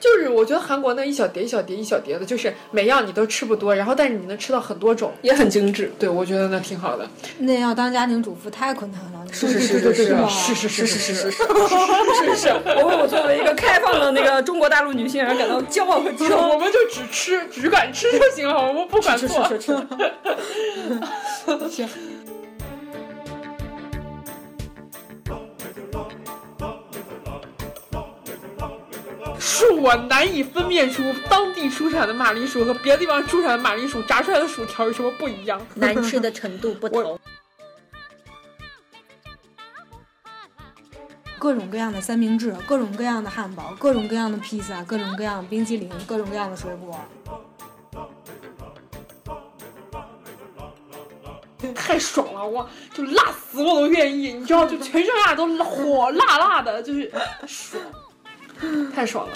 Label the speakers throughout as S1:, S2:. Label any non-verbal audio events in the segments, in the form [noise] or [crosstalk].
S1: 就是我觉得韩国那一小碟一小碟一小碟的，就是每样你都吃不多，然后但是你能吃到很多种。
S2: 也很精致。
S1: 对，我觉得那挺好的。
S3: 那要当家庭主妇太困难了。
S1: 是是是
S2: 对对
S1: 是
S2: 对
S1: 是是是是是 [laughs] 是是。
S2: 是是，我为我作为一个开放的那个中国大陆女性而感到骄傲和
S1: [laughs]
S2: 自
S1: 就我
S2: 豪。
S1: 们就只吃，只敢吃就行了，我们不管
S2: 是
S1: 做。
S2: 是是是，
S1: 恕我难以分辨出当地出产的马铃薯和别的地方出产的马铃薯炸出来的薯条有什么不
S2: [laughs]
S1: 一样。
S4: 难吃的程度不同。
S3: 各种各样的三明治，各种各样的汉堡，各种各样的披萨，各种各样的冰激凌，各种各样的水果。
S1: 太爽了，我就辣死我都愿意，你知道，就全身辣都火辣辣的，就是 [sighs] 爽，太爽了。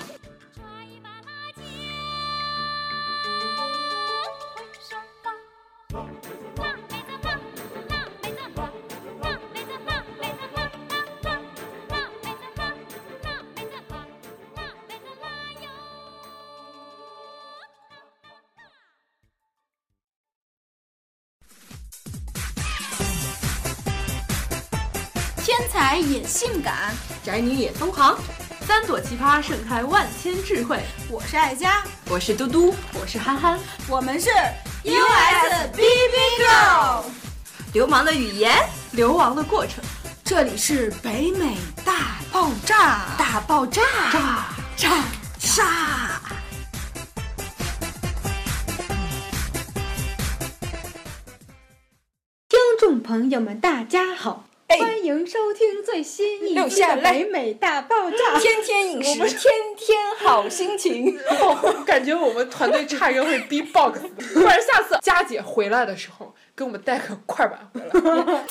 S5: 天才也性感，
S4: 宅女也疯狂，
S5: 三朵奇葩盛开万千智慧。
S3: 我是爱佳，
S4: 我是嘟嘟，
S5: 我是憨憨，
S3: 我们是
S5: USBB Girl，
S4: 流氓的语言，
S5: 流亡的过程。
S3: 这里是北美大爆炸，
S4: 大爆炸，
S3: 炸
S4: 炸！
S3: 听众朋友们，大家好，
S1: 哎
S3: 欢迎收听最新一
S2: 留
S3: 期
S2: 下
S3: 的
S2: 来
S3: 北美大爆炸。
S2: 天天饮食，天天好心情。
S1: 哦，感觉我们团队差一个会 B box，不然下次佳姐回来的时候给我们带个快板回来。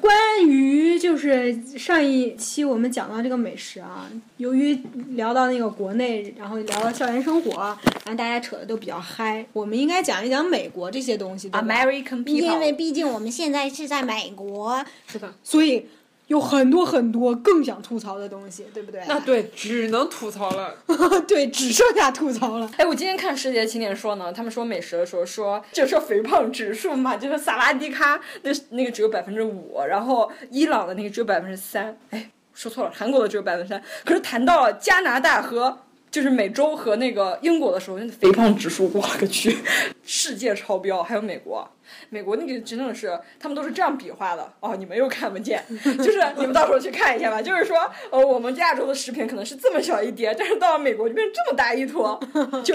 S3: 关于就是上一期我们讲到这个美食啊，由于聊到那个国内，然后聊到校园生活，然后大家扯的都比较嗨，我们应该讲一讲美国这些东西
S1: 啊
S3: 对吧
S2: [laughs] American
S3: 因为
S2: people，
S3: 毕竟我们现在是在美国，
S1: 是的，
S3: 所以有很多很多更想吐槽的东西，对不对？
S1: 那啊对，只能吐槽了。
S3: [laughs] 对，只剩下吐槽了。
S2: 哎，我今天看《世界青年说》呢，他们说美食的时候说，就说肥胖指数嘛，就是萨拉迪卡那那个只有百分之五，然后伊朗的那个只有百分之三，哎，说错了，韩国的只有百分之三。可是谈到了加拿大和就是美洲和那个英国的时候，那肥胖指数，我勒个去，世界超标，还有美国。美国那个真的是，他们都是这样比划的哦，你们又看不见， [laughs] 就是你们到时候去看一下吧。就是说，呃，我们亚洲的食品可能是这么小一碟，但是到了美国就变成这么大一坨，就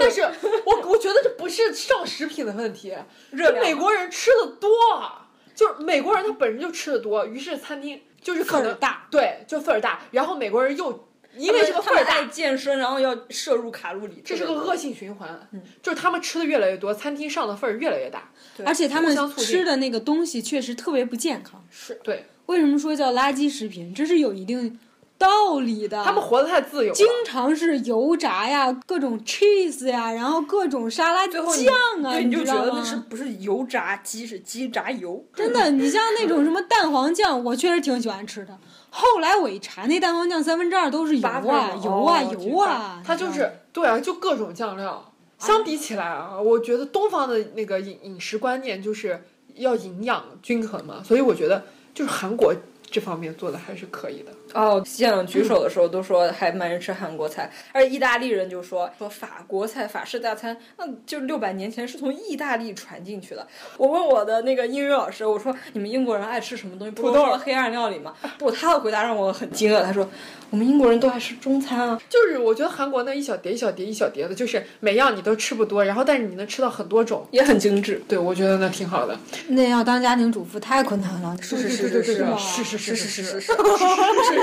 S1: [laughs] 但是我我觉得这不是上食品的问题，
S2: 热
S1: 就
S2: 量
S1: 美国人吃的多啊，就是美国人他本身就吃的多，于是餐厅就是可
S3: 份儿
S1: 能大，对，就份儿大，然后美国人又因
S2: 因
S1: 为
S2: 为
S1: 这
S2: 这
S1: 个
S2: 个
S1: 份
S2: 份
S1: 儿
S2: 儿
S1: 大
S2: 大，健身，然后要摄入卡路里，
S1: 这是个恶性循环，
S2: 嗯
S1: 就是他们吃的越来越多，餐厅上的份儿越来越大，
S2: 对
S3: 而且他们
S1: 互相促进
S3: 吃的那个东西确实特别不健康。
S2: 是
S1: 对
S3: 为什么说叫垃圾食品？这是有一定道理的。
S1: 他们活得太自由了，
S3: 经常是油炸呀，各种 cheese 呀，然后各种沙拉
S2: 最
S3: 酱
S2: 后你
S3: 啊，你
S2: 对，你就
S3: 知
S2: 觉
S3: 道
S2: 得
S3: 吗
S2: 那是不是油炸鸡是鸡炸油？
S3: [laughs] 真的。你像那种什么蛋黄酱，我确实挺喜欢吃的。后来我一查，那蛋黄酱三分之二都是油
S2: 八分
S3: 啊
S2: 儿，
S3: 油啊，
S2: 哦我知
S3: 油啊。
S1: 他就
S3: 你知道吗
S1: 是对啊，就各种酱料。相比起来啊，我觉得东方的那个饮饮食观念就是要营养均衡嘛，所以我觉得就是韩国这方面做的还是可以的。
S2: 哦，县长举手的时候都说还蛮人吃韩国菜，而意大利人就说说法国菜、法式大餐，那就六百年前是从意大利传进去的。我问我的那个英语老师，我说你们英国人爱吃什么东西？不
S1: 土豆
S2: 都说黑暗料理吗？不，他的回答让我很惊愕，他说我们英国人都爱吃中餐啊。
S1: 就是我觉得韩国那一小碟一小碟一小碟的，就是每样你都吃不多，然后但是你能吃到很多种。
S2: 也很精致，
S1: 对，我觉得那挺好的。 [laughs]
S3: 那要当家庭主妇太困难了。
S2: 是是
S1: 对
S2: 是
S1: 对
S2: 是
S1: 对是
S2: 是
S1: 是
S2: 是是
S1: 是是
S2: [laughs] 是是。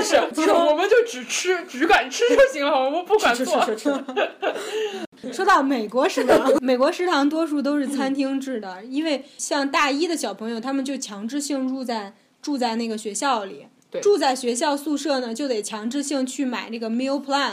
S1: 是是，就是我们就只吃，只敢吃就行了，我们不敢
S2: [laughs] 是
S1: 做。
S2: 是是是，
S3: 说到美国食堂， [laughs] 美国食堂多数都是餐厅制的，因为像大一的小朋友，他们就强制性住在住在那个学校里
S1: 对，
S3: 住在学校宿舍呢，就得强制性去买那个 meal plan。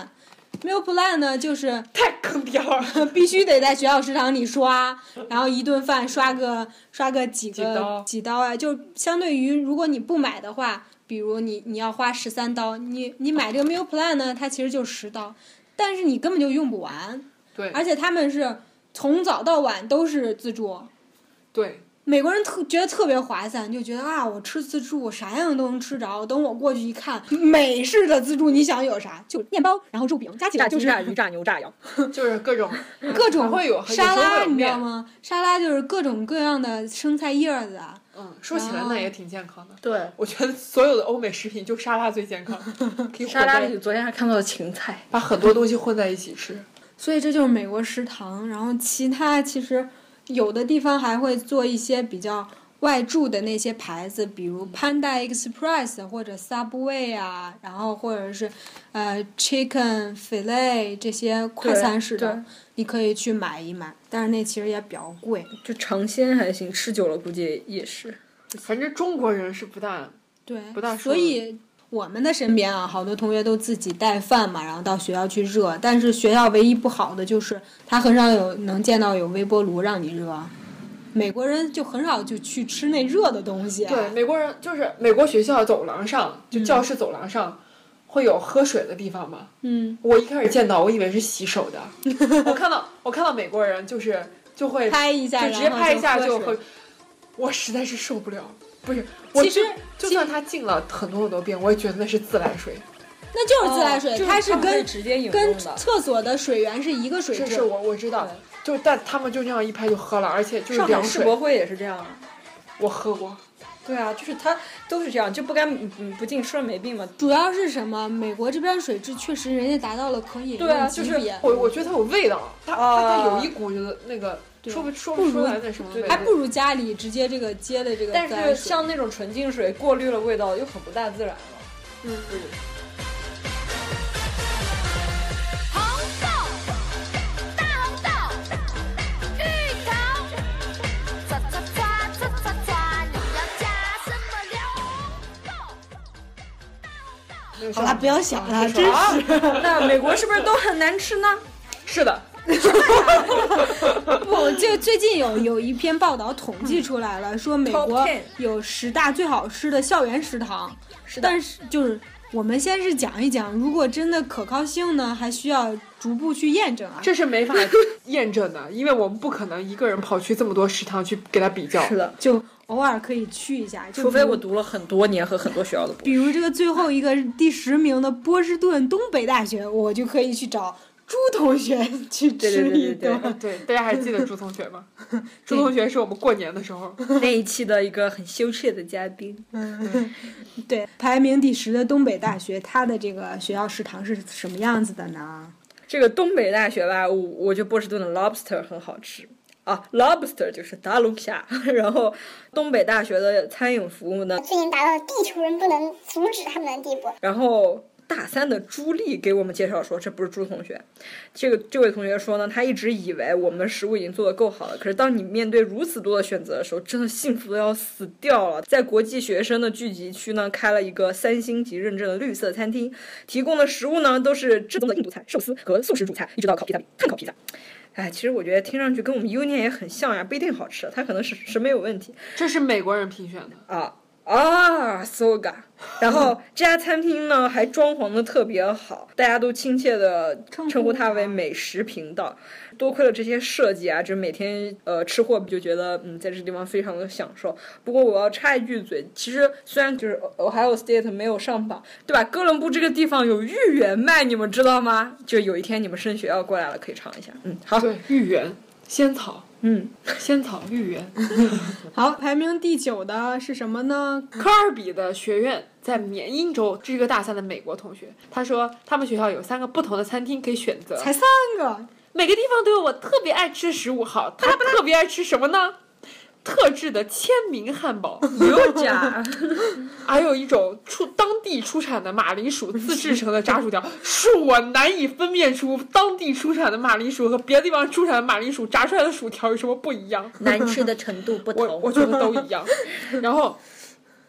S3: meal plan 呢，就是
S1: 太坑爹了。
S3: 必须得在学校食堂里刷，然后一顿饭刷个刷个几个
S1: 几刀
S3: 啊，就相对于如果你不买的话，比如你你要花十三刀，你你买这个 meal plan 呢，它其实就十刀，但是你根本就用不完，
S1: 对
S3: 而且他们是从早到晚都是自助。
S1: 对，
S3: 美国人特觉得特别划算，就觉得啊，我吃自助，我啥样都能吃着。等我过去一看，美式的自助，你想有啥？就面包，然后肉饼，加起来
S2: 炸
S3: 就
S2: 鸡、
S3: 是
S2: 炸鱼、炸牛、炸羊，
S1: 就是各种
S3: 各种
S1: 还会有
S3: 沙拉，你知道
S1: 面。
S3: 吗？沙拉就是各种各样的生菜叶子，啊
S1: 嗯，说起来那也挺健康的。
S2: 对，
S1: 我觉得所有的欧美食品就沙拉最健康，
S3: [laughs]
S1: 可以混
S2: 沙拉
S1: 在
S2: 里昨天还看到了芹菜，
S1: 把很多东西混在一起吃。
S3: 所以这就是美国食堂。然后其他其实有的地方还会做一些比较外注的那些牌子，比
S2: 嗯
S3: 如 Panda Express 啊或者 Subway 啊，然后或者是呃 Chicken Fillet 这些快餐式
S2: 对
S3: 的，你可以去买一买，但是那其实也比较贵。
S2: 就尝鲜还行，吃久了估计也是。
S1: 反正中国人是不大
S3: 对，
S1: 不大
S3: 所
S1: 说
S3: 以我们的身边啊，好多同学都自己带饭嘛，然后到学校去热。但是学校唯一不好的就是，他很少有能见到有微波炉让你热。美国人就很少就去吃那热的东西、啊
S1: 对，美国人就是美国学校走廊上，
S3: 嗯
S1: 就教室走廊上。会有喝水的地方吗？
S3: 嗯，
S1: 我一开始见到，我以为是洗手
S3: [laughs]
S1: 的。我看到，我看到美国人就是就会
S3: 拍一下，
S1: 就直接拍一下
S3: 然后
S1: 就
S3: 就
S1: 喝
S3: 水。。
S1: 我实在是受不了，不是，我
S3: 其实
S1: 就就算他进了很多很多遍，我也觉得那是自来水。
S3: 那就是自来水，
S2: 哦就是
S3: 它是
S2: 们可以
S3: 跟
S2: 直接饮用
S3: 跟
S2: 的，
S3: 厕所的水源是一个水
S1: 是
S3: 质。
S1: 是，我我知道，就但他们就那样一拍就喝了，而且就是
S2: 上海
S1: 凉
S2: 世
S1: 水，
S2: 博会也是这样啊。
S1: 我喝过。
S2: 对啊，就是他都是这样，就不该嗯不进吃了没病嘛。
S3: 主要是什么？美国这边水质确实人家达到了可饮
S2: 对啊
S3: 用
S2: 就
S3: 级
S2: 是
S3: 别，
S1: 我我觉得它有味道，它它它有一股就是那个
S3: 对
S1: 说不说
S3: 不
S1: 不
S3: 如
S1: 出来那什么味道，
S3: 还不如家里直接这个接的这个自来
S2: 但
S3: 水。
S2: 是像那种纯净水过滤了味道，又很不大自然了。
S5: 红豆、大红豆、芋头，擦擦擦擦擦擦，你要加什么料？红豆。
S1: 那个
S3: 好了，不要想了，真
S1: 啊
S3: 是
S2: 那美国是不是都很难吃 [laughs] 呢？
S1: 是的，
S3: 不就最近有有一篇报道统计出来了，说美
S2: 嗯 Top
S3: 国
S2: ten
S3: 有十大最好吃的校园食堂，但是就是我们先是讲一讲，如果真的可靠性呢，还需要逐步去验证啊。
S1: 这是没法验证的，因为我们不可能一个人跑去这么多食堂去给它比较。
S2: 的，
S3: 就偶尔可以去一下，就
S2: 除非
S3: 比如
S2: 我读了很多年和很多学校的博
S3: 比如这个最后一个第十名的波士顿东北大学，我就可以去找朱同学去
S2: 对对
S3: 吃
S2: 对
S3: 一
S2: 对对
S3: 顿。
S1: 对，大家还记得朱同学吗？朱同学是我们过年的时候，
S2: 那一期的一个很羞怯的嘉宾，
S3: 对，排名第十的东北大学，它的这个学校食堂是什么样子的呢？
S2: 这个东北大学吧，我我觉得波士顿的 lobster 很好吃啊，lobster 就是大龙虾。 [laughs] 然后东北大学的餐饮服务呢，
S6: 最近达到地球人不能阻止他们的地步。
S2: 然后大三的朱莉给我们介绍说，这不是朱同学，这个这位同学说呢，他一直以为我们的食物已经做得够好了，可是当你面对如此多的选择的时候，真的幸福的要死掉了。在国际学生的聚集区呢，开了一个三星级认证的绿色餐厅，提供的食物呢都是正宗的印度菜、寿司和素食主菜，一直到烤披萨、碳烤披萨。哎，其实我觉得听上去跟我们 Union 也很像呀，不一定好吃，它可能是审美有问题。
S1: 这是美国人评选的。
S2: 啊啊，soga。然后这家餐厅呢还装潢的特别好，大家都亲切的
S3: 称呼
S2: 称呼它为
S3: 它
S2: 美食频道。多亏了这些设计啊，就每天呃吃货就觉得嗯在这地方非常的享受。不过我要插一句嘴，其实虽然就是 Ohio State 没有上榜，对吧？哥伦布这个地方有芋圆卖，你们知道吗？就有一天你们升学要过来了，可以尝一下。嗯，好，
S1: 对，芋圆、仙草、
S2: 嗯，
S1: 仙草、芋圆。
S3: 好，排名第九的是什么呢？
S1: 科尔比的学院在缅因州，这是一个大三的美国同学。他说，他们学校有三个不同的餐厅可以选择，
S3: 才三个，
S1: 每个地方都有我特别爱吃的食物。好，他特别爱吃什么呢？特制的签名汉堡，
S2: 有假。 [laughs]
S1: 还有一种出当地出产的马铃薯自制成的炸薯条，恕我难以分辨出当地出产的马铃薯和别的地方出产的马铃薯炸出来的薯条有什么不一样。
S2: 难吃的程度不
S1: 我我觉得都一样。然后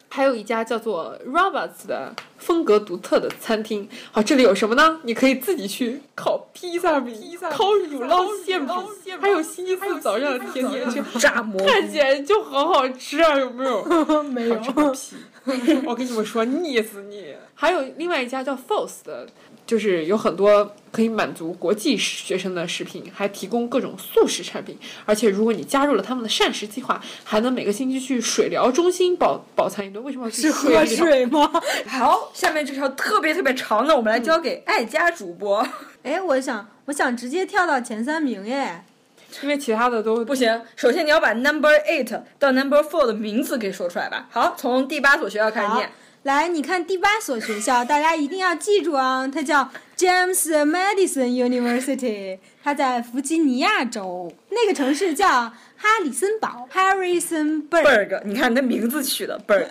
S1: 还有一家叫做 Roberts 的风格独特的餐厅。好，这里有什么呢？你可以自己去烤披萨饼、烤乳酪馅饼，还有星期四早上的甜甜圈，
S2: 炸蘑菇。
S1: 看起来就好好吃啊，有没有？
S3: 没有
S1: 好吃个 [laughs] 屁！我跟你们说，腻死你！还有另外一家叫 False 的，就是有很多可以满足国际学生的食品，还提供各种素食产品。而且如果你加入了他们的膳食计划，还能每个星期去水疗中心饱饱餐一顿。为什么要去
S3: 是
S1: 水疗
S3: 喝水吗？
S2: 好，下面这条特别特别长的，我们来交给爱家主播。
S3: [laughs] 哎，我想，我想直接跳到前三名哎。
S1: 因为其他的都
S2: [laughs] 不行，首先你要把 number eight 到 number four 的名字给说出来吧。好，从第八所学校开始
S3: 好
S2: 念。，
S3: 来，你看第八所学校，大家一定要记住啊，它叫 James Madison University，它在弗吉尼亚州，那个城市叫哈里森堡 （Harrisonburg）。
S2: Berg，你看那名字取的 [laughs] Berg。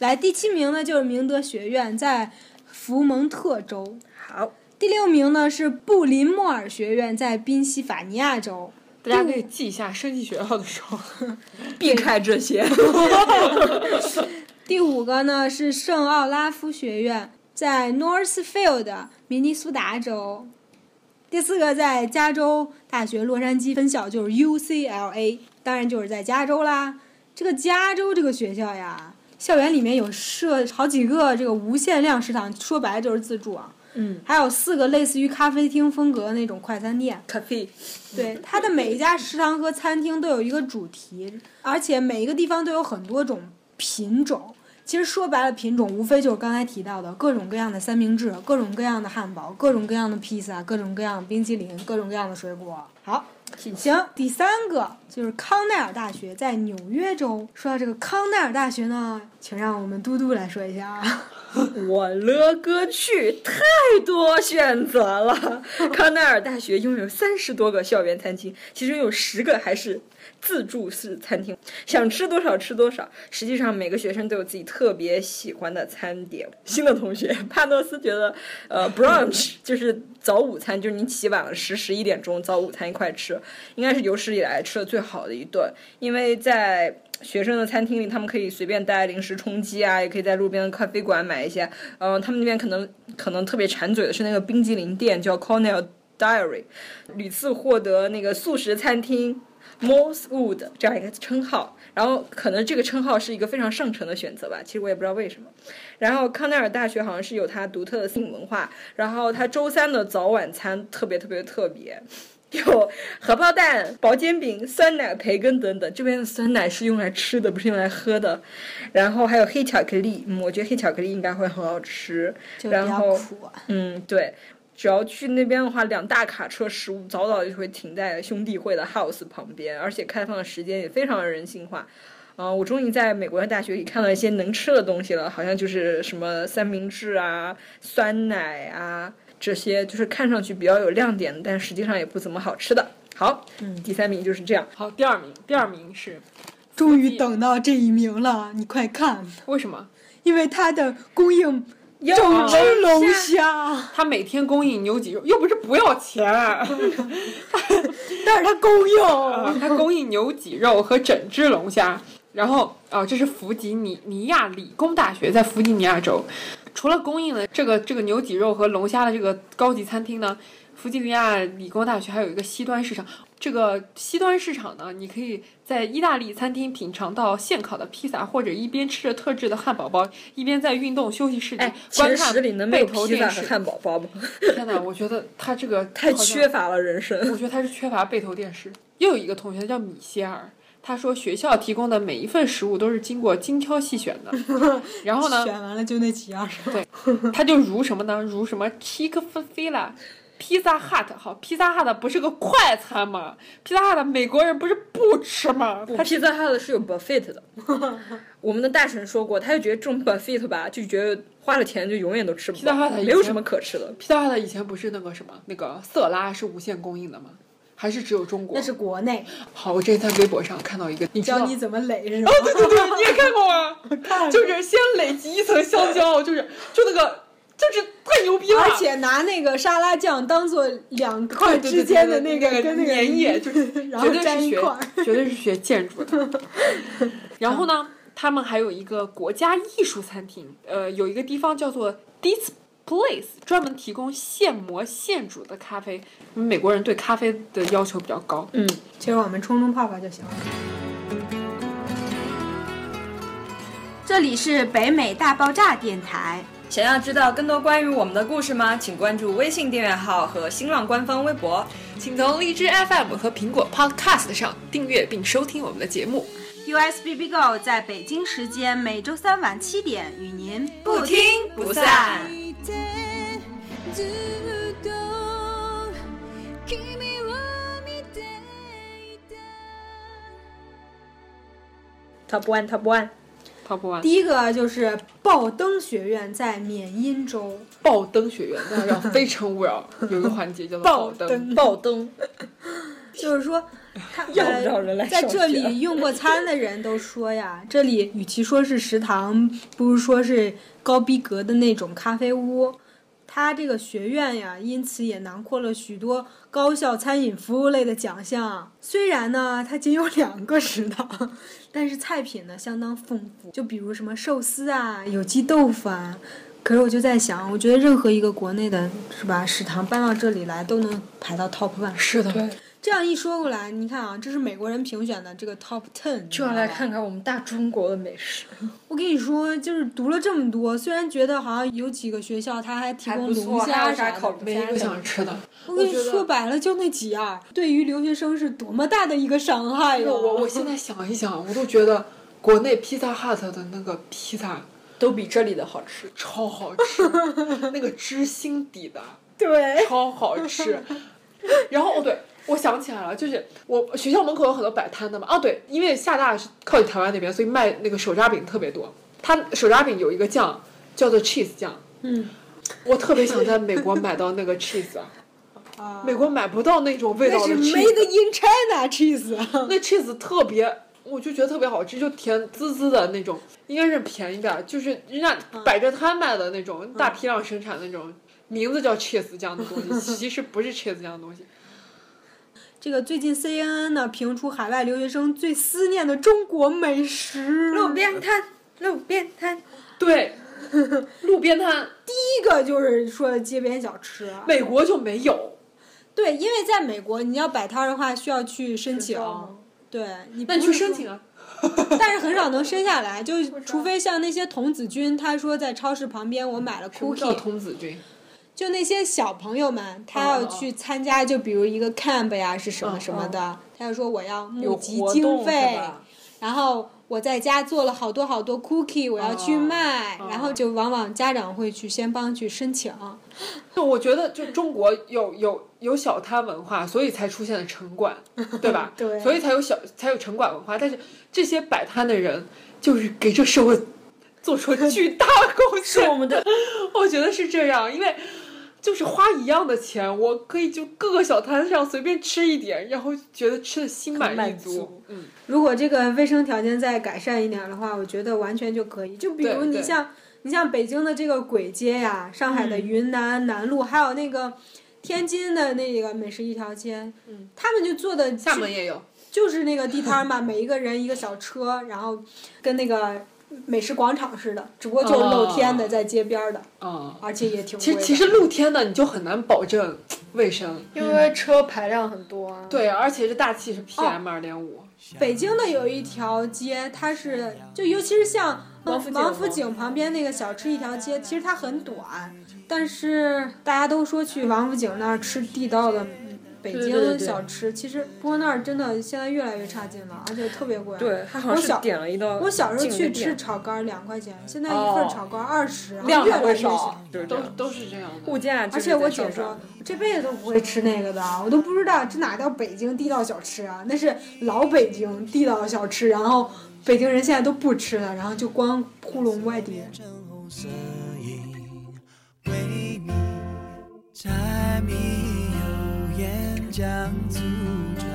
S3: 来，第七名呢就是明德学院，在福蒙特州。
S2: 好，
S3: 第六名呢是布林莫尔学院，在宾夕法尼亚州。
S1: 大家可以记一下，升级学校的时候， [laughs]
S2: 避开这些。
S3: 第五个呢是圣奥拉夫学院，在 Northfield 明尼苏达州。第四个在加州大学洛杉矶分校就是 UCLA，当然就是在加州啦。这个加州这个学校呀，校园里面有设好几个这个无限量食堂，说白了就是自助啊。
S2: 嗯，
S3: 还有四个类似于咖啡厅风格的那种快餐店，
S2: 咖啡。
S3: 对，它的每一家食堂和餐厅都有一个主题，而且每一个地方都有很多种品种。其实说白了，品种无非就是刚才提到的各种各样的三明治、各种各样的汉堡、各种各样的披萨、各种各样的冰淇淋、各种各样的水果。好，行，第三个就是康奈尔大学在纽约州。说到这个康奈尔大学呢，请让我们嘟嘟来说一下
S2: [laughs]
S3: 啊。
S2: 我了个去，太多选择了！康奈尔大学拥有三十多个校园餐厅，其中有十个还是自助式餐厅，想吃多少吃多少。实际上，每个学生都有自己特别喜欢的餐点。新的同学 [laughs] 帕诺斯觉得，呃，brunch 就是早午餐，就是你起晚了十十一点钟，早午餐一块吃，应该是有史以来吃的最好的一顿，因为在学生的餐厅里，他们可以随便带零食充饥啊，也可以在路边的咖啡馆买一些。嗯、他们那边可能可能特别馋嘴的是那个冰激凌店，叫 Cornell Diary，屡次获得那个素食餐厅 Moosewood 这样一个称号。然后可能这个称号是一个非常上乘的选择吧，其实我也不知道为什么。然后康奈尔大学好像是有它独特的性文化，然后它周三的早晚餐特别特别特别。有荷包蛋、薄煎饼、酸奶、培根等等。这边的酸奶是用来吃的，不是用来喝的。然后还有黑巧克力，嗯，我觉得黑巧克力应该会很好吃。
S3: 就比
S2: 然
S3: 较
S2: 后
S3: 苦啊，
S2: 嗯，对，只要去那边的话，两大卡车食物早早就会停在兄弟会的 house 旁边，而且开放的时间也非常的人性化。嗯、我终于在美国的大学里看到一些能吃的东西了，好像就是什么三明治啊、酸奶啊这些，就是看上去比较有亮点，但实际上也不怎么好吃的。好，
S1: 嗯
S2: 第三名就是这样。
S1: 好，第二名，第二名是
S3: 终于等到这一名了，你快看，
S1: 为什么？
S3: 因为它的供应
S1: 啊
S3: 整只龙虾。
S1: 他每天供应牛脊肉，又不是不要钱、
S3: 但是它公用。
S1: 它供应牛脊肉和整只龙虾。然后啊、这是弗吉尼尼亚理工大学，在弗吉尼亚州。除了供应了这个这个牛脊肉和龙虾的这个高级餐厅呢，弗吉尼亚理工大学还有一个西端市场。这个西端市场呢，你可以在意大利餐厅品尝到现烤的披萨，或者一边吃着特制的汉堡包，一边在运动休息室里
S2: 哎，
S1: 观
S2: 前
S1: 看
S2: 十里能没
S1: 背
S2: 有
S1: 投
S2: 披
S1: 电
S2: 萨和
S1: 视。
S2: 汉堡
S1: [laughs]
S2: 包吗？
S1: 天呐，我觉得他这个
S2: 太
S1: 好像
S2: 缺乏了人生。
S1: 我觉得他是缺乏背投电视。又有一个同学叫米歇尔，他说学校提供的每一份食物都是经过精挑细选 [laughs] 的。然后呢，
S3: 选完了就那几样，
S1: 他就如什么呢？如什么 Chick Fil A、Pizza Hut。好，Pizza Hut 不是个快餐吗？Pizza Hut 美国人不是不吃吗？
S2: [laughs] 他披萨 hut 是有 buffet [laughs] 的。我们的大神说过，他就觉得这种 buffet 吧，就觉得花了钱就永远都吃不饱
S1: Pizza Hut
S2: 没有什么可吃的。
S1: Pizza Hut 以前不是那个什么那个色拉是无限供应的吗？还是只有中国？
S3: 那是哦国内，
S1: 好，我之前在微博上看到一个，你知
S3: 教
S1: 道
S3: 你怎么垒是吧？
S1: 哦对对对，你也看过吗？就是先累积一层香蕉，就是就那个，就是太牛逼了，
S3: 而且拿那个沙拉酱当做两块
S1: 对对对
S3: 之间的
S1: 对
S3: 那个
S1: 对对
S3: 跟那个 [laughs]
S1: 粘液，就是
S3: 然后
S1: 绝对
S3: 粘
S1: 是
S3: 一
S1: 学
S3: 块儿。 [laughs]
S1: 绝对是学建筑的。然后呢，他们还有一个国家艺术餐厅，呃，有一个地方叫做 This Place，专门提供现磨现煮的咖啡。因为美国人对咖啡的要求比较高。
S2: 嗯，
S3: 其实我们冲冲泡泡就行了。
S4: 这里是北美大爆炸电台，
S2: 想要知道更多关于我们的故事吗？请关注微信订阅号和新浪官方微博。
S1: 请从荔枝 FM 和苹果 Podcast 上订阅并收听我们的节目。
S4: USBB Go 在北京时间每周三晚七点与您
S2: 不听不散。
S5: ずっと君を見ていた
S2: Top one, Top one。 [laughs]
S1: 泡不完，
S3: 第一个就是爆灯学院在缅因州，
S1: 爆灯学院，那让《非诚勿扰》有一个环节叫做
S3: 爆
S1: 灯。
S2: 爆灯，
S3: 就是说， [laughs] 他
S2: 要不让人来
S3: 在
S2: 上
S3: 这
S2: 学 [laughs]
S3: 里用过餐的人都说呀，这里与其说是食堂，不如说是高逼格的那种咖啡屋。它这个学院呀，因此也囊括了许多高校餐饮服务类的奖项。虽然呢，它仅有两个食堂，但是菜品呢相当丰富，就比如什么寿司啊、有机豆腐啊。可是我就在想，我觉得任何一个国内的是吧食堂搬到这里来，都能排到 top one。
S1: 是的，
S3: 这样一说过来，你看啊，这是美国人评选的这个 top ten，
S2: 就要来看。看我们大中国的美食。
S3: 我跟你说，就是读了这么多，虽然觉得好像有几个学校它还提
S2: 还
S3: 供
S2: 不错
S3: 龙
S2: 还
S3: 虾
S2: 有啥
S3: 啥
S2: 烤
S3: 的，
S1: 没一个想吃的。
S3: 我跟你
S1: 我觉得
S3: 说白了就那几样，对于留学生是多么大的一个伤害呀！
S1: 我我现在想一想，我都觉得国内披萨 hut 的那个披萨
S2: 都比这里的好吃。
S1: 超好
S3: [laughs]
S1: 吃，那个芝心底的
S3: 对，
S1: 超好吃。然后哦，对，我想起来了，就是我学校门口有很多摆摊的嘛。哦，对，因为厦大是靠近台湾那边，所以卖那个手抓饼特别多。它手抓饼有一个酱叫做 cheese 酱，
S3: 嗯，
S1: 我特别想在美国买到那个 cheese，啊
S3: [laughs] 啊
S1: 美国买不到那种味道
S3: 那
S1: 的
S3: 是
S1: cheese。
S3: made in China cheese 啊。
S1: 那 cheese 特别，我就觉得特别好吃，就甜滋滋的那种，应该是便宜点，就是人家
S3: 嗯
S1: 摆着摊卖的那种，大批量生产那种，名字叫 cheese 酱的东西，
S3: [laughs]
S1: 其实不是 cheese 酱的东西。
S3: 这个最近 CNN 呢评出海外留学生最思念的中国美食，
S2: 路边摊，路边摊，
S1: 对，路边摊，
S3: 第一个就是说街边小吃啊，
S1: 美国就没有，
S3: 对，因为在美国，你要摆摊儿的话需要去申请
S2: 知道吗，
S3: 对，你
S1: 那你去
S3: 不是
S1: 申
S3: 说
S1: 请，
S3: [laughs]
S1: 啊。
S3: 但是很少能申下来，就除非像那些童子军，他说在超市旁边我买了
S1: 什么叫
S3: cookie，
S1: 童子军？
S3: 就那些小朋友们，他
S1: 哦
S3: 要
S2: 嗯
S1: 哦
S3: 去参加，就比如一个 camp 呀是什么
S1: 嗯
S3: 什么的，他就说我要
S2: 有
S3: 募集
S2: 活动
S3: 经
S2: 是
S3: 费，
S2: 吧？
S3: 然后我在家做了好多好多 cookie，我要去
S1: 哦
S3: 卖，
S1: 哦
S3: 然后就往往家长会去先帮去申请，？
S1: 就我觉得，就中国有有有小摊文化，所以才出现了城
S2: [laughs]
S1: 管，对吧
S3: 对
S1: 所以才有小才有城管文化。但是这些摆摊的人，就是给这社会
S2: [laughs]
S1: 做出了巨大贡
S2: 是我
S1: 献。
S2: 们的，
S1: [laughs] 我觉得是这样，因为就是花一样的钱，我可以就各个小摊上随便吃一点，然后觉得吃的心满
S2: 很满
S1: 意
S2: 足
S1: 足。嗯，
S3: 如果这个卫生条件再改善一点的话，我觉得完全就可以。就比如
S1: 对
S3: 你
S1: 对
S3: 像你像北京的这个簋街呀、上海的云南南路，还有那个天津的那个美食一条街，
S1: 嗯
S3: 他们就做的
S1: 厦
S3: 就
S1: 门也有，
S3: 就是那个地摊儿 [laughs] 嘛，每一个人一个小车，然后跟那个美食广场似的，只不过就是露天的，
S1: 哦
S3: 在街边儿的，
S2: 嗯
S1: 啊、
S3: 而且也挺
S1: 其
S3: 贵
S1: 实其
S3: 的。
S1: 实露天的你就很难保证卫生，
S2: 因为车排量很多啊。哦
S1: 对，而且这大气是 PM 二点五。
S3: 北京的有一条街，它是就尤其是像
S2: 王
S3: 嗯
S2: 府井
S3: 王府井旁边那个小吃一条街，其实它很短，但是大家都说去王府井那儿吃地道的嗯北
S2: 对对对
S3: 京
S2: 对
S3: 小吃，其实不过那儿真的现在越来越差劲了，而且特别贵。
S2: 对，他好
S3: 我
S2: 像是
S3: 小
S2: 点了一道。
S3: 我小时候去吃
S2: 进
S3: 炒肝两块钱，现在
S2: 哦
S3: 一份炒肝二十，然后
S2: 量
S3: 越
S2: 还
S3: 来
S2: 会
S3: 越少
S2: 少。，就是这
S1: 都
S2: 样。
S1: 都是这样的。
S2: 物价就
S3: 而
S2: 是
S3: 且我
S2: 在
S3: 姐
S2: 上
S3: 说
S2: 涨，
S3: 我这辈子都不会吃那个的，我都不知道这哪叫北京地道小吃啊，那是老北京地道小吃，然后北京人现在都不吃了，然后就光糊弄外地人。
S7: 橙红色影，为你柴米油盐酱醋茶，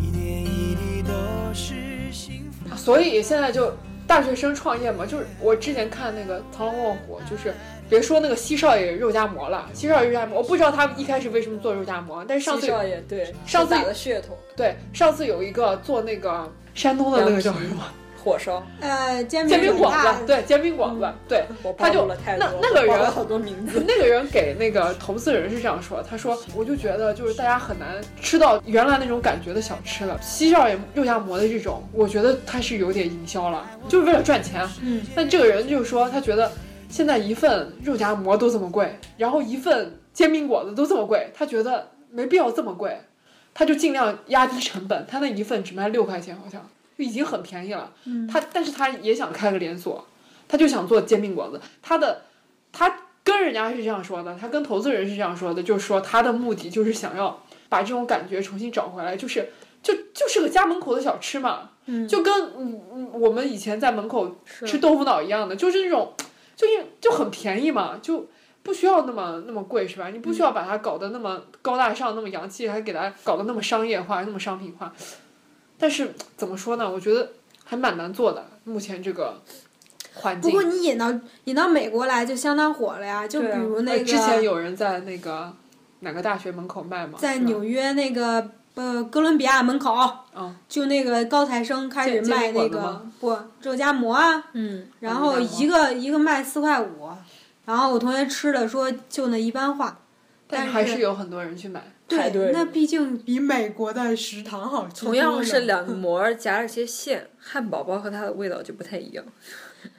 S7: 一点一滴都是幸福。
S1: 所以现在就大学生创业嘛，就是我之前看那个《藏龙卧虎》，就是别说那个西少爷肉夹馍了，西少爷肉夹馍，我不知道他们一开始为什么做肉夹馍，但是上
S2: 西
S1: 次
S2: 少爷对
S1: 上次
S2: 打的噱头，
S1: 对上次有一个做那个山东的那个叫什么
S2: 火烧，
S3: 呃，煎
S1: 煎
S3: 饼
S1: 饼
S3: 果
S1: 馆子，对，煎饼馆子，对
S2: 我，暴
S1: 他就
S2: 露了太
S1: 那
S2: 多，
S1: 那个
S2: 我暴露
S1: 人
S2: 了好多名字。
S1: [laughs] 那个人给那个投资人是这样说，他说：“我就觉得就是大家很难吃到原来那种感觉的小吃了，西照也肉夹馍的这种，我觉得他是有点营销了，就是为了赚钱。”啊
S3: 嗯，
S1: 但这个人就是说，他觉得现在一份肉夹馍都这么贵，然后一份煎饼果子都这么贵，他觉得没必要这么贵，他就尽量压低成本，他那一份只卖六块钱，好像就已经很便宜了。他但是他也想开个连锁，他就想做煎饼果子，他的他跟人家是这样说的，他跟投资人是这样说的，就是说他的目的就是想要把这种感觉重新找回来，就是就就是个家门口的小吃嘛，
S3: 嗯
S1: 就跟嗯嗯我们以前在门口
S2: 是
S1: 吃豆腐脑一样的，就是那种就因就很便宜嘛，就。不需要那么那么贵是吧？你不需要把它搞得那么高大上、那么洋气，还给它搞得那么商业化、那么商品化。但是怎么说呢？我觉得还蛮难做的。目前这个环
S3: 不
S1: 境，
S3: 过你引到引到美国来就相当火了呀，就比
S2: 对啊
S3: 如那
S1: 呃
S3: 个
S1: 之前有人在那个哪个大学门口卖嘛？
S3: 在
S1: 是吧
S3: 纽约那个呃哥伦比亚门口，
S1: 嗯
S3: 就那个高材生开始
S1: 煎煎饼
S3: 卖
S1: 果
S3: 那
S1: 子
S3: 个
S1: 吗
S3: 不肉夹馍啊，
S2: 嗯，
S3: 然
S1: 肉
S3: 后
S1: 夹馍
S3: 一个一个卖四块五，然后我同学吃了说就那一般化，
S1: 但
S3: 但
S1: 还
S3: 是
S1: 是有很多人去买。
S2: 排队
S3: 对，那毕竟比美国的食堂好吃。
S2: 同样是，两馍儿夹了些馅，汉堡包和它的味道就不太一样。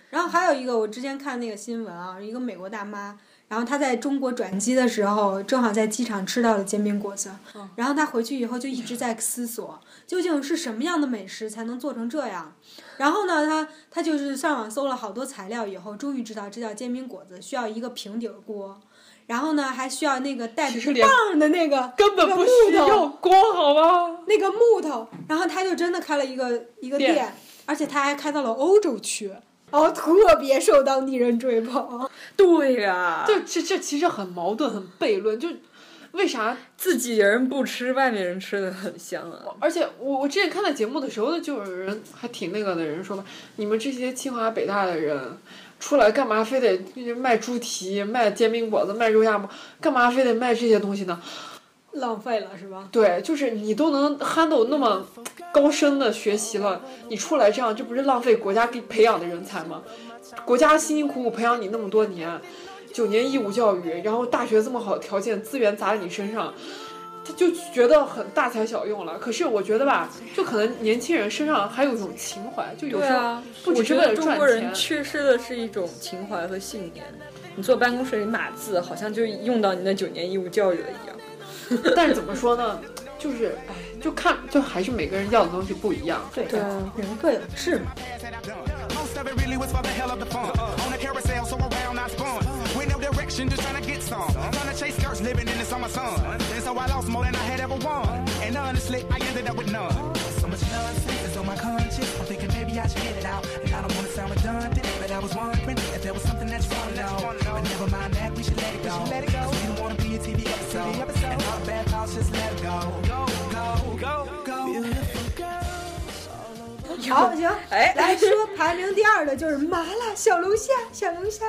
S3: 然后还有一个，我之前看那个新闻啊，一个美国大妈，然后她在中国转机的时候，正好在机场吃到了煎饼果子，
S1: 嗯
S3: 然后她回去以后就一直在思索，究竟是什么样的美食才能做成这样。然后呢，她她就是上网搜了好多材料以后，终于知道这叫煎饼果子，需要一个平底儿锅，然后呢还需要那个带
S1: 其
S3: 皮
S1: 实连
S3: 棒的那个
S1: 根本
S3: 那个
S1: 不
S3: 木
S1: 需
S3: 头
S1: 要光，好吗？
S3: 那个木头，然后他就真的开了一个一个
S1: 店
S3: 店，而且他还开到了欧洲去，然后特别受当地人追捧。
S2: 对呀、
S1: 对，这这其实很矛盾，很悖论。就为啥？
S2: 自己人不吃，外面人吃的很香啊。
S1: 而且我我之前看到节目的时候，就有人还挺那个的人说吧，你们这些清华北大的人。出来干嘛非得卖猪蹄、卖煎饼果子、卖肉夹馍，干嘛非得卖这些东西呢？
S3: 浪费了是吧？
S1: 对，就是你都能 handle 那么高深的学习了，你出来这样，这不是浪费国家给培养的人才吗？国家辛辛苦苦培养你那么多年，九年义务教育，然后大学这么好的条件，资源砸在你身上，他就觉得很大材小用了。可是我觉得吧，就可能年轻人身上还有一种情怀，就有
S2: 对
S1: 时候
S2: 啊，
S1: 不只是
S2: 我觉
S1: 为了
S2: 得中
S1: 赚
S2: 国人
S1: 钱。
S2: 缺失的是一种情怀和信念。你坐办公室里码字，好像就用到你那九年义务教育了一样。
S1: 但是怎么说呢，就是哎，就看就还是每个人要的东西不一样。
S3: 对啊，人各有志嘛。
S8: Most of it really was for the hell of the fun. On the carousel, so around I spun. With no direction, just trying to get some. Trying to chase skirts, living in the summer sun. And so I lost more than I had ever won. And honestly, I ended up with none. So much nonsense is on my conscience. I'm thinking maybe I should get it out. And I don't want to sound redundant, but I was wondering if there was something that you want to know. But never mind that, we should let it go. Let it go. We don't want to be a TV episode. And all the bad thoughts, just let it go. Go, go, go, go. Beautiful.
S3: 好，行，
S1: 啊
S2: 哎
S3: 来说排名第二的就是麻辣小龙虾，小龙 [gasps] 虾。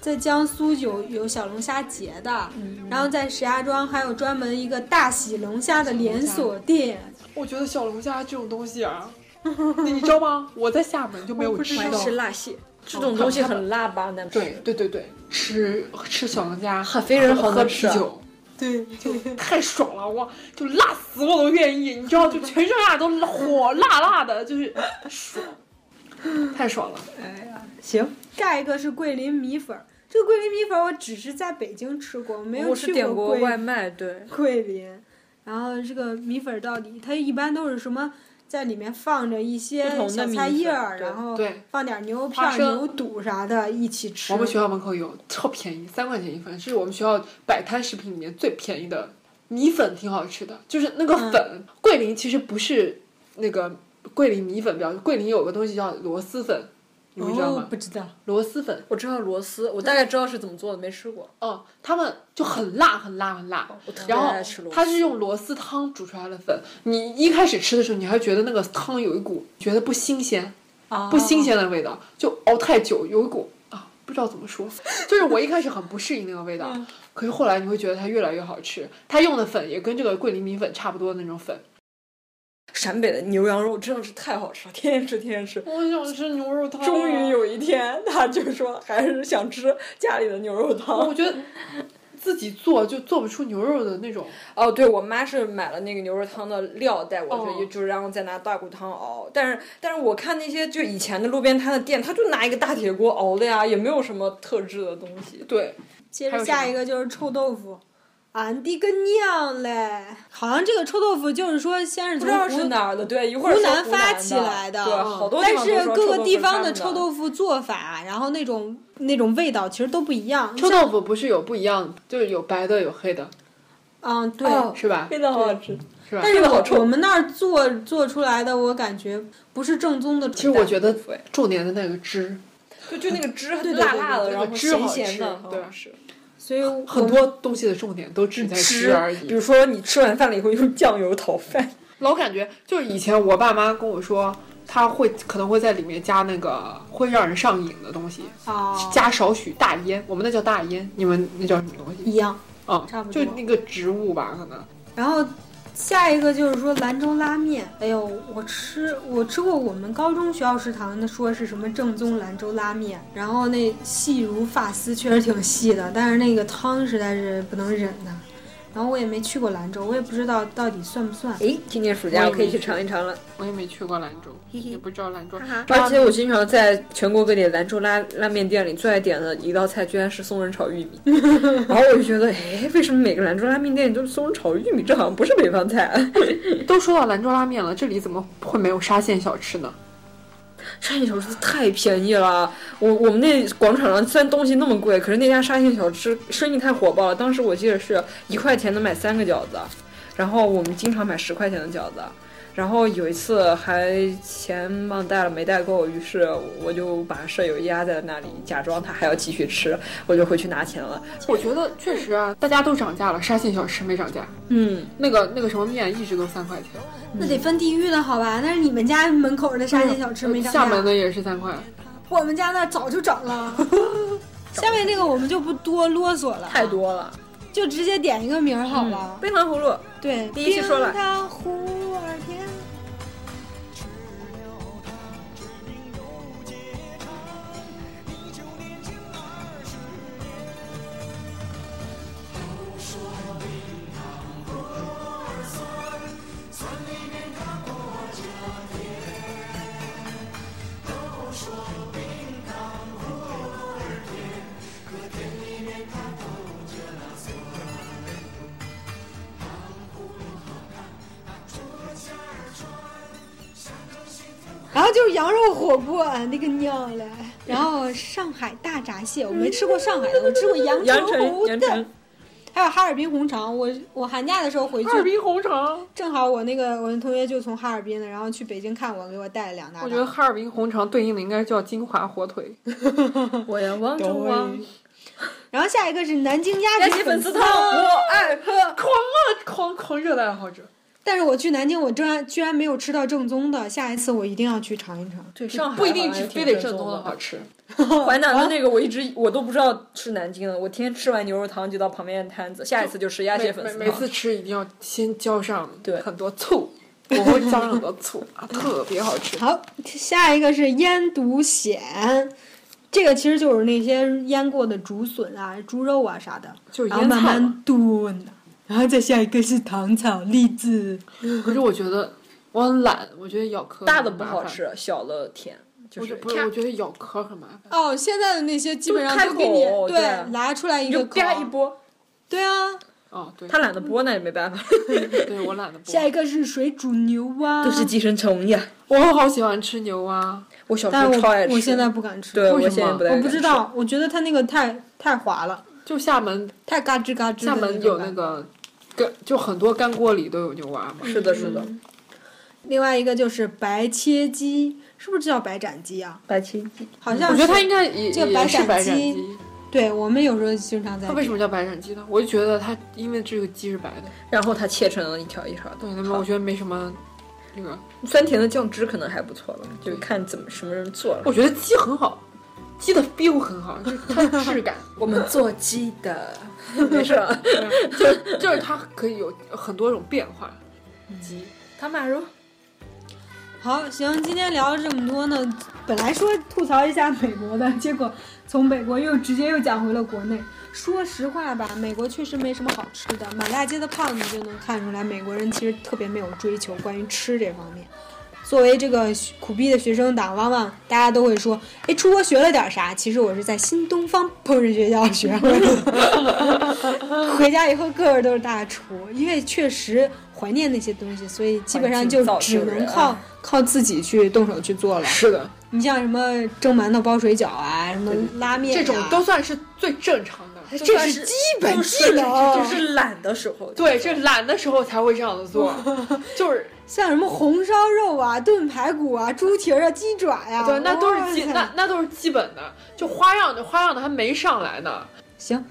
S3: 在江苏有有小龙虾节的，然后在石家庄还有专门一个大喜龙虾的连锁店，
S1: 我觉得小龙虾这种东西
S2: [laughs]
S1: 啊，你知道吗？我在厦门就没有吃
S2: 我还
S1: 到。
S2: 吃辣蟹，这种东西很辣吧？难吃。
S1: 对对对对，吃吃小龙虾，
S2: 哈非人好
S1: 喝
S2: 能
S1: 啤
S2: 吃啊
S1: 酒，
S3: 对，
S1: 太爽了！哇，就辣死我都愿意，你知道，就全身啊辣都火辣辣的，就是爽，太爽了。
S3: 行，下一个是桂林米粉儿。这个桂林米粉儿我只是在北京吃过，我没有
S2: 我是
S3: 去
S2: 点过
S3: 过桂
S2: 外卖，对，
S3: 桂林。然后这个米粉儿到底，它一般都是什么？在里面放着一些
S2: 不同的
S3: 小
S2: 米
S3: 菜
S2: 粉
S3: 叶儿，
S2: 对
S3: 然后
S1: 对
S3: 放点牛片
S1: 花
S3: 儿、
S1: 生
S3: 牛肚啥的一起吃。
S1: 我们学校门口有超便宜，三块钱一份，是我们学校摆摊食品里面最便宜的米粉，挺好吃的。就是那个粉，桂林其实不是那个桂林米粉比较，桂林有个东西叫螺蛳粉，你们知道
S3: 哦
S1: 吗，？
S3: 不知道。
S1: 螺蛳粉，
S2: 我知道螺丝，我大概知道是怎么做的，没吃过。
S1: 哦，他们就很辣，很辣，很辣。
S2: 我特别
S1: 然后
S2: 爱吃螺丝。
S1: 它是用螺丝汤煮出来的粉，你一开始吃的时候，你还觉得那个汤有一股觉得不新鲜，不新鲜的味道，就熬太久有一股啊，不知道怎么说， [laughs] 就是我一开始很不适应那个味道，可是后来你会觉得它越来越好吃，它用的粉也跟这个桂林米粉差不多的那种粉，
S2: 陕北的牛羊肉真的是太好吃了，天天吃，天天吃。
S1: 我想吃牛肉汤。啊
S2: 终于，有一天，他就说还是想吃家里的牛肉
S1: 我
S2: 汤。
S1: 觉得 [laughs] 自己做就做不出牛肉的那种。
S2: 哦，对我妈是买了那个牛肉汤的料带我
S1: 哦
S2: 这，就是然后再拿大骨汤熬。但是，但是我看那些就以前的路边摊的店，他就拿一个大铁锅熬的呀，也没有什么特制的东西。
S1: 对，
S3: 接
S1: 还
S3: 着
S1: 有
S3: 下
S1: 什么
S3: 一个就是臭豆腐，俺的个娘嘞！好像这个臭豆腐就是说，先是
S2: 不
S3: 从
S2: 知道
S3: 湖
S2: 是哪儿的，对，一会儿说
S3: 湖南
S2: 湖
S3: 发
S2: 的
S3: 起来的
S2: 对，好多地
S3: 但
S2: 方
S3: 是
S2: 都说
S3: 各
S2: 臭
S3: 个
S2: 豆
S3: 地
S2: 腐
S3: 方
S2: 是
S3: 的
S2: 他们
S3: 臭豆腐做法，然后那种那种味道其实都不一样。
S1: 臭豆腐不是有不一样，就是有白的，有黑的，
S3: 嗯，对。
S2: 哦
S1: 是吧？
S2: 非常好吃。
S1: 是吧？
S3: 但是
S2: 这个好
S3: 我
S2: 臭
S3: 我们那儿做做出来的，我感觉不是正宗的。
S1: 其实我觉得
S2: 对
S1: 重点的那个汁，
S2: 就就那个汁
S3: 对对
S2: 辣辣
S1: 对对
S2: 的，
S1: 对
S2: 然后
S1: 汁好
S2: 咸咸的，
S1: 吃
S2: 好
S1: 对
S2: 好吃。
S3: 所以我
S1: 很多东西的重点都只在汁而
S2: 比
S1: 已
S2: 如。说你吃完饭了以后用酱油讨饭，
S1: 老感觉就是以前我爸妈跟我说，他会可能会在里面加那个会让人上瘾的东西，
S3: 啊
S1: 加少许大烟，我们那叫大烟，你们那叫什么东西？
S3: 一样。
S1: 嗯，
S3: 差不
S1: 就
S3: 多
S1: 那个植物吧，可能。
S3: 然后下一个就是说兰州拉面，哎呦，我吃我吃过我们高中学校食堂的说是什么正宗兰州拉面，然后那细如发丝，确实挺细的，但是那个汤实在是不能忍呐。然后我也没去过兰州，我也不知道到底算不算。
S2: 哎，今年暑
S1: 假我可以去
S2: 尝一尝了。
S1: 我也没去过兰州，也不知道兰州。
S2: 而且我经常在全国各地兰州拉拉面店里最爱点的一道菜，居然是松仁炒 [laughs] 玉米。然后我就觉得，哎，为什么每个兰州拉面店里都是松仁炒玉米？这好像不是北方菜。啊
S1: 都说到兰州拉面了，这里怎么会没有沙县小吃呢？
S2: 沙县小吃太便宜了，我我们那广场上虽然东西那么贵，可是那家沙县小吃生意太火爆了。当时我记得是一块钱能买三个饺子，然后我们经常买十块钱的饺子。然后有一次还钱忘带了没带够，于是我就把舍友压在那里，假装他还要继续吃，我就回去拿钱了。
S1: 我觉得确实啊，大家都涨价了，沙县小吃没涨价。
S2: 嗯，
S1: 那个那个什么面一直都三块钱，
S3: 那得分地域的好吧？那是你们家门口的沙县小吃没涨价，
S1: 厦门的也是三块。
S3: 我们家嗯那早就涨 [laughs] 了。下面这个我们就不多嗯啰嗦了，啊
S2: 太，多了。
S3: 就直接点一个名儿好了。
S2: 冰糖葫芦，
S3: 对，
S2: 第一期说了
S3: 冰糖葫芦儿甜。然后就是羊肉火锅，俺那个娘嘞！然后上海大闸蟹，我没吃过上海的，我吃过
S2: [laughs]
S3: 阳
S2: 阳
S3: 澄湖
S2: 城，阳
S3: 的
S2: 城，，
S3: 还有哈尔滨红肠。我我寒假的时候回去
S1: 哈，尔滨红肠，
S3: 正好我那个我的同学就从哈尔滨的，然后去北京看我，给我带了两大袋。
S1: 我觉得哈尔滨红肠对应的应该叫金华火
S2: [laughs]
S1: 腿。
S2: 我要望着望。
S3: 然后下一个是南京鸭
S2: 鸭
S3: 血
S2: 血粉 [laughs] 丝
S3: 丝
S2: 汤，我爱喝。
S1: 狂啊狂狂热的爱好者，
S3: 但是我去南京，我居然居然没有吃到正宗的，下一次我一定要去尝一尝。
S2: 对，上海
S1: 不一定是
S2: 是
S1: 非得正宗的好。吃。
S2: 淮南的那个我一直我都不知道是南京的，我天天吃完牛肉汤就到旁边的摊子，下一次就吃鸭
S1: 每
S2: 血粉
S1: 每
S2: 丝
S1: 每
S2: 汤
S1: 次。吃一定要先浇上
S2: 对
S1: 很多醋，我会浇上很多醋啊，特别好
S2: [laughs]
S1: 吃。
S3: 好，下一个是腌笃鲜，这个其实就是那些腌过的竹笋啊、猪肉啊啥的，
S1: 就是
S3: 然后
S1: 腌
S3: 慢
S1: 菜嘛
S3: 慢炖的。然后再下一个是糖炒栗子，
S1: 可是我觉得我很懒，我觉得咬壳
S2: [laughs] 大
S1: 很
S2: 的不
S1: 麻
S2: 好
S1: 烦。
S2: 吃，小的甜，就
S1: 我觉
S2: 是
S1: 得不是，我觉得咬壳很麻烦。
S3: 哦，现在的那些基本上
S2: 就是
S3: 都给你
S2: 开口
S3: 对
S2: 对
S3: 拿出来一
S2: 你
S3: 个
S2: 就
S3: 口
S2: 啪一，拨，
S3: 对啊。
S1: 哦，对，
S2: 他懒得剥那也没办法，
S1: 对我懒得剥。
S3: 下一个是水煮牛蛙，
S2: 都是寄生虫呀。
S1: 我好喜欢吃牛蛙，
S2: 我小时
S3: 但
S2: 候
S3: 是
S2: 超爱吃，
S3: 我我现在不敢吃，
S2: 对
S1: 为
S2: 我
S1: 什么
S2: 现在不
S3: 我
S2: 太敢
S3: 不知
S2: 吃，
S3: 道，我觉得它那个太太滑了，
S1: 就厦门
S3: 太嘎吱嘎吱的
S1: 厦
S3: 种感觉。
S1: 门有那个干，就很多干锅里都有牛蛙嘛。
S2: 是的，是的，
S3: 另外一个就是白切鸡，是不是叫白斩鸡啊？
S2: 白切鸡，
S3: 好像
S1: 我觉得
S3: 是
S1: 它应该也
S3: 这个
S1: 也是
S3: 白
S1: 白
S3: 斩
S1: 斩
S3: 鸡
S1: 鸡。
S3: 对我们有时候经常在
S1: 它为什么叫白斩鸡呢？我就觉得它因为这个鸡是白的，
S2: 然后它切成了一条一条的。
S1: 对，那么
S2: 好
S1: 我觉得没什么那个。
S2: 酸甜的酱汁可能还不错吧，就看怎么什么人做了。
S1: 我觉得鸡很好，鸡的 feel 很好，就是它的质
S3: [laughs]
S1: 感，
S2: 我们做鸡的， [laughs] 没事啊了。
S1: 就是就是它可以有很多种变化。鸡
S2: 唐马如，
S3: 好，行，今天聊了这么多呢，本来说吐槽一下美国的，结果从美国又直接又讲回了国内。说实话吧，美国确实没什么好吃的，满大街的胖子就能看出来，美国人其实特别没有追求关于吃这方面。作为这个学苦逼的学生党，往往大家都会说：“哎，出国学了点啥？”其实我是在新东方烹饪学校学会的。回家以后个个都是大厨，因为确实怀念那些东西，所以基本上就
S2: 环境造
S3: 只
S2: 就
S3: 能
S2: 人啊
S3: 靠靠自己去动手去做了。
S1: [laughs] 是的，
S3: 你像什么蒸馒头、包水饺啊，什么拉面、啊，
S1: 这种都算是最正常的。
S3: 这是基本技能。
S2: 就是懒的时候。
S1: 对，这懒的时候才会这样子
S3: [laughs]
S1: 做，就是
S3: 像什么红烧肉啊、炖排骨啊、猪蹄儿啊、鸡爪呀、
S1: 对，那都
S3: 哇 [laughs]
S1: 是基
S3: 塞
S1: 那那都是基本的，就花样的花样的还没上来呢。
S3: 行，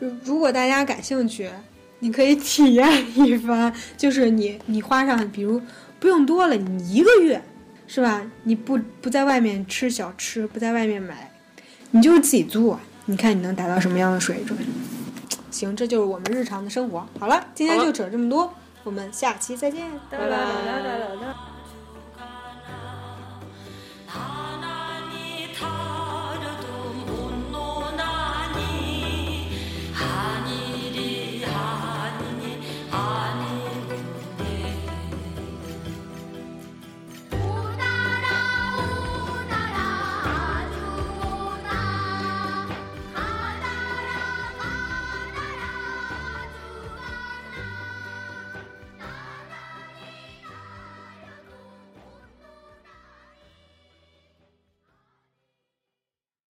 S3: 如如果大家感兴趣，你可以体验一番， [laughs] 就是你你花上，比如不用多了，你一个月是吧？你不不在外面吃小吃，不在外面买，你就是自己做，你看你能达到什么样的水准？行，这就是我们日常的生活。好了，今天
S1: 好了
S3: 就扯这么多，我们下期再见，
S2: 哒啦哒啦哒啦哒啦